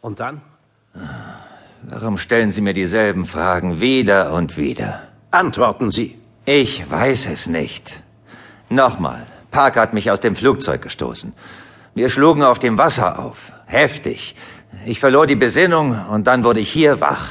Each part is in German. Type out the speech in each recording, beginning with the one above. Und dann? Warum stellen Sie mir dieselben Fragen wieder und wieder? Antworten Sie. Ich weiß es nicht. Nochmal, Park hat mich aus dem Flugzeug gestoßen. Wir schlugen auf dem Wasser auf. Heftig. Ich verlor die Besinnung und dann wurde ich hier wach.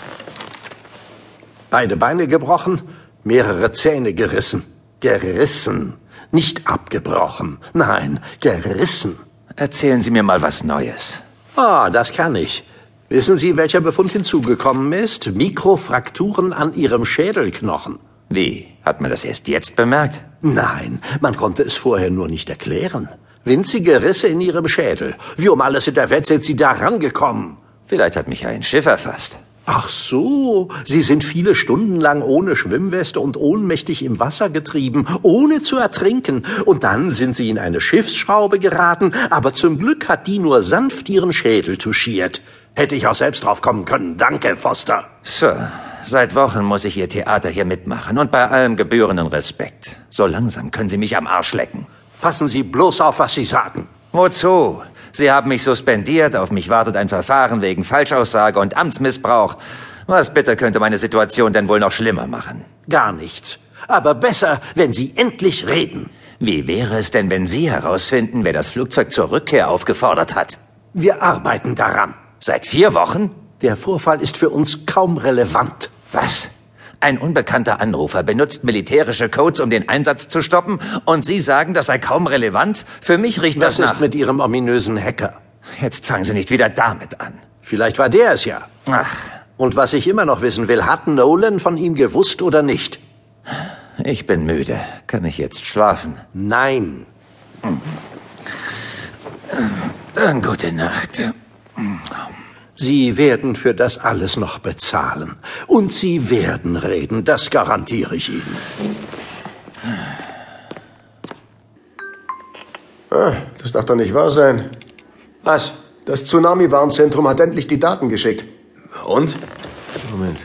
Beide Beine gebrochen, mehrere Zähne gerissen. Gerissen. Nicht abgebrochen. Nein, gerissen. Erzählen Sie mir mal was Neues. Ah, das kann ich. Wissen Sie, welcher Befund hinzugekommen ist? Mikrofrakturen an Ihrem Schädelknochen. Wie? Hat man das erst jetzt bemerkt? Nein, man konnte es vorher nur nicht erklären. Winzige Risse in ihrem Schädel. Wie um alles in der Welt sind Sie da rangekommen? Vielleicht hat mich ja ein Schiff erfasst. Ach so, Sie sind viele Stunden lang ohne Schwimmweste und ohnmächtig im Wasser getrieben, ohne zu ertrinken. Und dann sind Sie in eine Schiffsschraube geraten, aber zum Glück hat die nur sanft Ihren Schädel touchiert. Hätte ich auch selbst drauf kommen können. Danke, Foster. Sir, seit Wochen muss ich Ihr Theater hier mitmachen und bei allem gebührenden Respekt. So langsam können Sie mich am Arsch lecken. Passen Sie bloß auf, was Sie sagen. Wozu? Sie haben mich suspendiert, auf mich wartet ein Verfahren wegen Falschaussage und Amtsmissbrauch. Was bitte könnte meine Situation denn wohl noch schlimmer machen? Gar nichts. Aber besser, wenn Sie endlich reden. Wie wäre es denn, wenn Sie herausfinden, wer das Flugzeug zur Rückkehr aufgefordert hat? Wir arbeiten daran. Seit vier Wochen? Der Vorfall ist für uns kaum relevant. Was? Ein unbekannter Anrufer benutzt militärische Codes, um den Einsatz zu stoppen, und Sie sagen, das sei kaum relevant? Für mich riecht Was das nach... ist mit Ihrem ominösen Hacker? Jetzt fangen Sie nicht wieder damit an. Vielleicht war der es ja. Ach, Und was ich immer noch wissen will, hat Nolan von ihm gewusst oder nicht? ich bin müde. Kann ich jetzt schlafen? Nein. Dann gute Nacht. Sie werden für das alles noch bezahlen. Und Sie werden reden, das garantiere ich Ihnen. Ah, das darf doch nicht wahr sein. Was? Das Tsunami-Warnzentrum hat endlich die Daten geschickt. Und? Moment.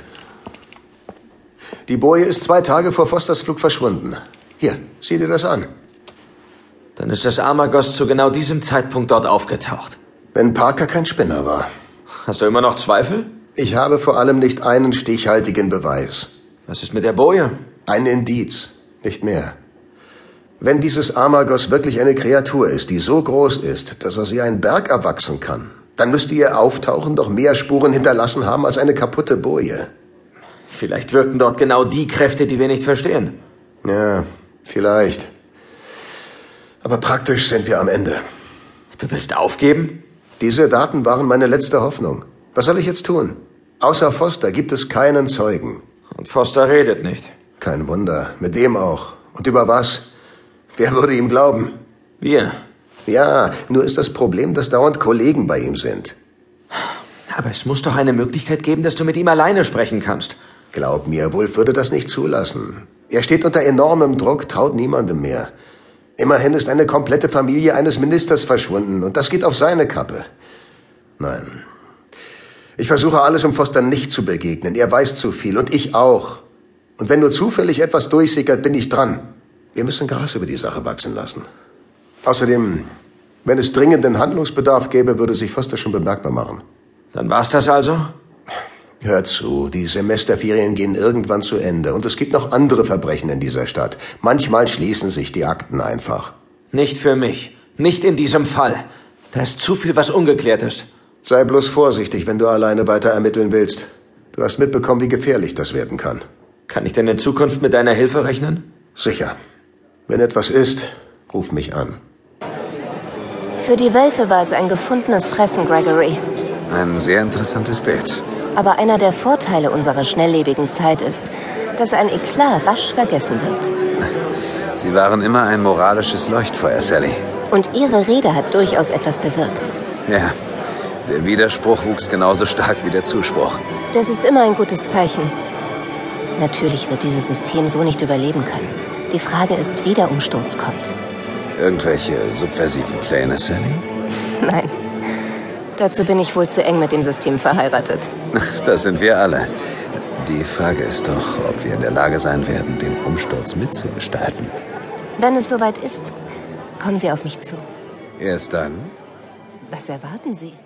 Die Boje ist zwei Tage vor Fosters Flug verschwunden. Hier, sieh dir das an. Dann ist das Amagos zu genau diesem Zeitpunkt dort aufgetaucht. Wenn Parker kein Spinner war. Hast du immer noch Zweifel? Ich habe vor allem nicht einen stichhaltigen Beweis. Was ist mit der Boje? Ein Indiz, nicht mehr. Wenn dieses Amagos wirklich eine Kreatur ist, die so groß ist, dass er sie einen Berg erwachsen kann, dann müsste ihr Auftauchen doch mehr Spuren hinterlassen haben als eine kaputte Boje. Vielleicht wirken dort genau die Kräfte, die wir nicht verstehen. Ja, vielleicht. Aber praktisch sind wir am Ende. Du willst aufgeben? Diese Daten waren meine letzte Hoffnung. Was soll ich jetzt tun? Außer Foster gibt es keinen Zeugen. Und Foster redet nicht. Kein Wunder. Mit wem auch? Und über was? Wer würde ihm glauben? Wir. Ja, nur ist das Problem, dass dauernd Kollegen bei ihm sind. Aber es muss doch eine Möglichkeit geben, dass du mit ihm alleine sprechen kannst. Glaub mir, Wolf würde das nicht zulassen. Er steht unter enormem Druck, traut niemandem mehr. Immerhin ist eine komplette Familie eines Ministers verschwunden und das geht auf seine Kappe. Nein. Ich versuche alles, um Foster nicht zu begegnen. Er weiß zu viel und ich auch. Und wenn nur zufällig etwas durchsickert, bin ich dran. Wir müssen Gras über die Sache wachsen lassen. Außerdem, wenn es dringenden Handlungsbedarf gäbe, würde sich Foster schon bemerkbar machen. Dann war's das also? Hör zu, die Semesterferien gehen irgendwann zu Ende und es gibt noch andere Verbrechen in dieser Stadt. Manchmal schließen sich die Akten einfach. Nicht für mich. Nicht in diesem Fall. Da ist zu viel, was ungeklärt ist. Sei bloß vorsichtig, wenn du alleine weiter ermitteln willst. Du hast mitbekommen, wie gefährlich das werden kann. Kann ich denn in Zukunft mit deiner Hilfe rechnen? Sicher. Wenn etwas ist, ruf mich an. Für die Wölfe war es ein gefundenes Fressen, Gregory. Ein sehr interessantes Bild. Aber einer der Vorteile unserer schnelllebigen Zeit ist, dass ein Eklat rasch vergessen wird. Sie waren immer ein moralisches Leuchtfeuer, Sally. Und Ihre Rede hat durchaus etwas bewirkt. Ja, der Widerspruch wuchs genauso stark wie der Zuspruch. Das ist immer ein gutes Zeichen. Natürlich wird dieses System so nicht überleben können. Die Frage ist, wie der Umsturz kommt. Irgendwelche subversiven Pläne, Sally? Nein. Dazu bin ich wohl zu eng mit dem System verheiratet. Das sind wir alle. Die Frage ist doch, ob wir in der Lage sein werden, den Umsturz mitzugestalten. Wenn es soweit ist, kommen Sie auf mich zu. Erst dann Was erwarten Sie?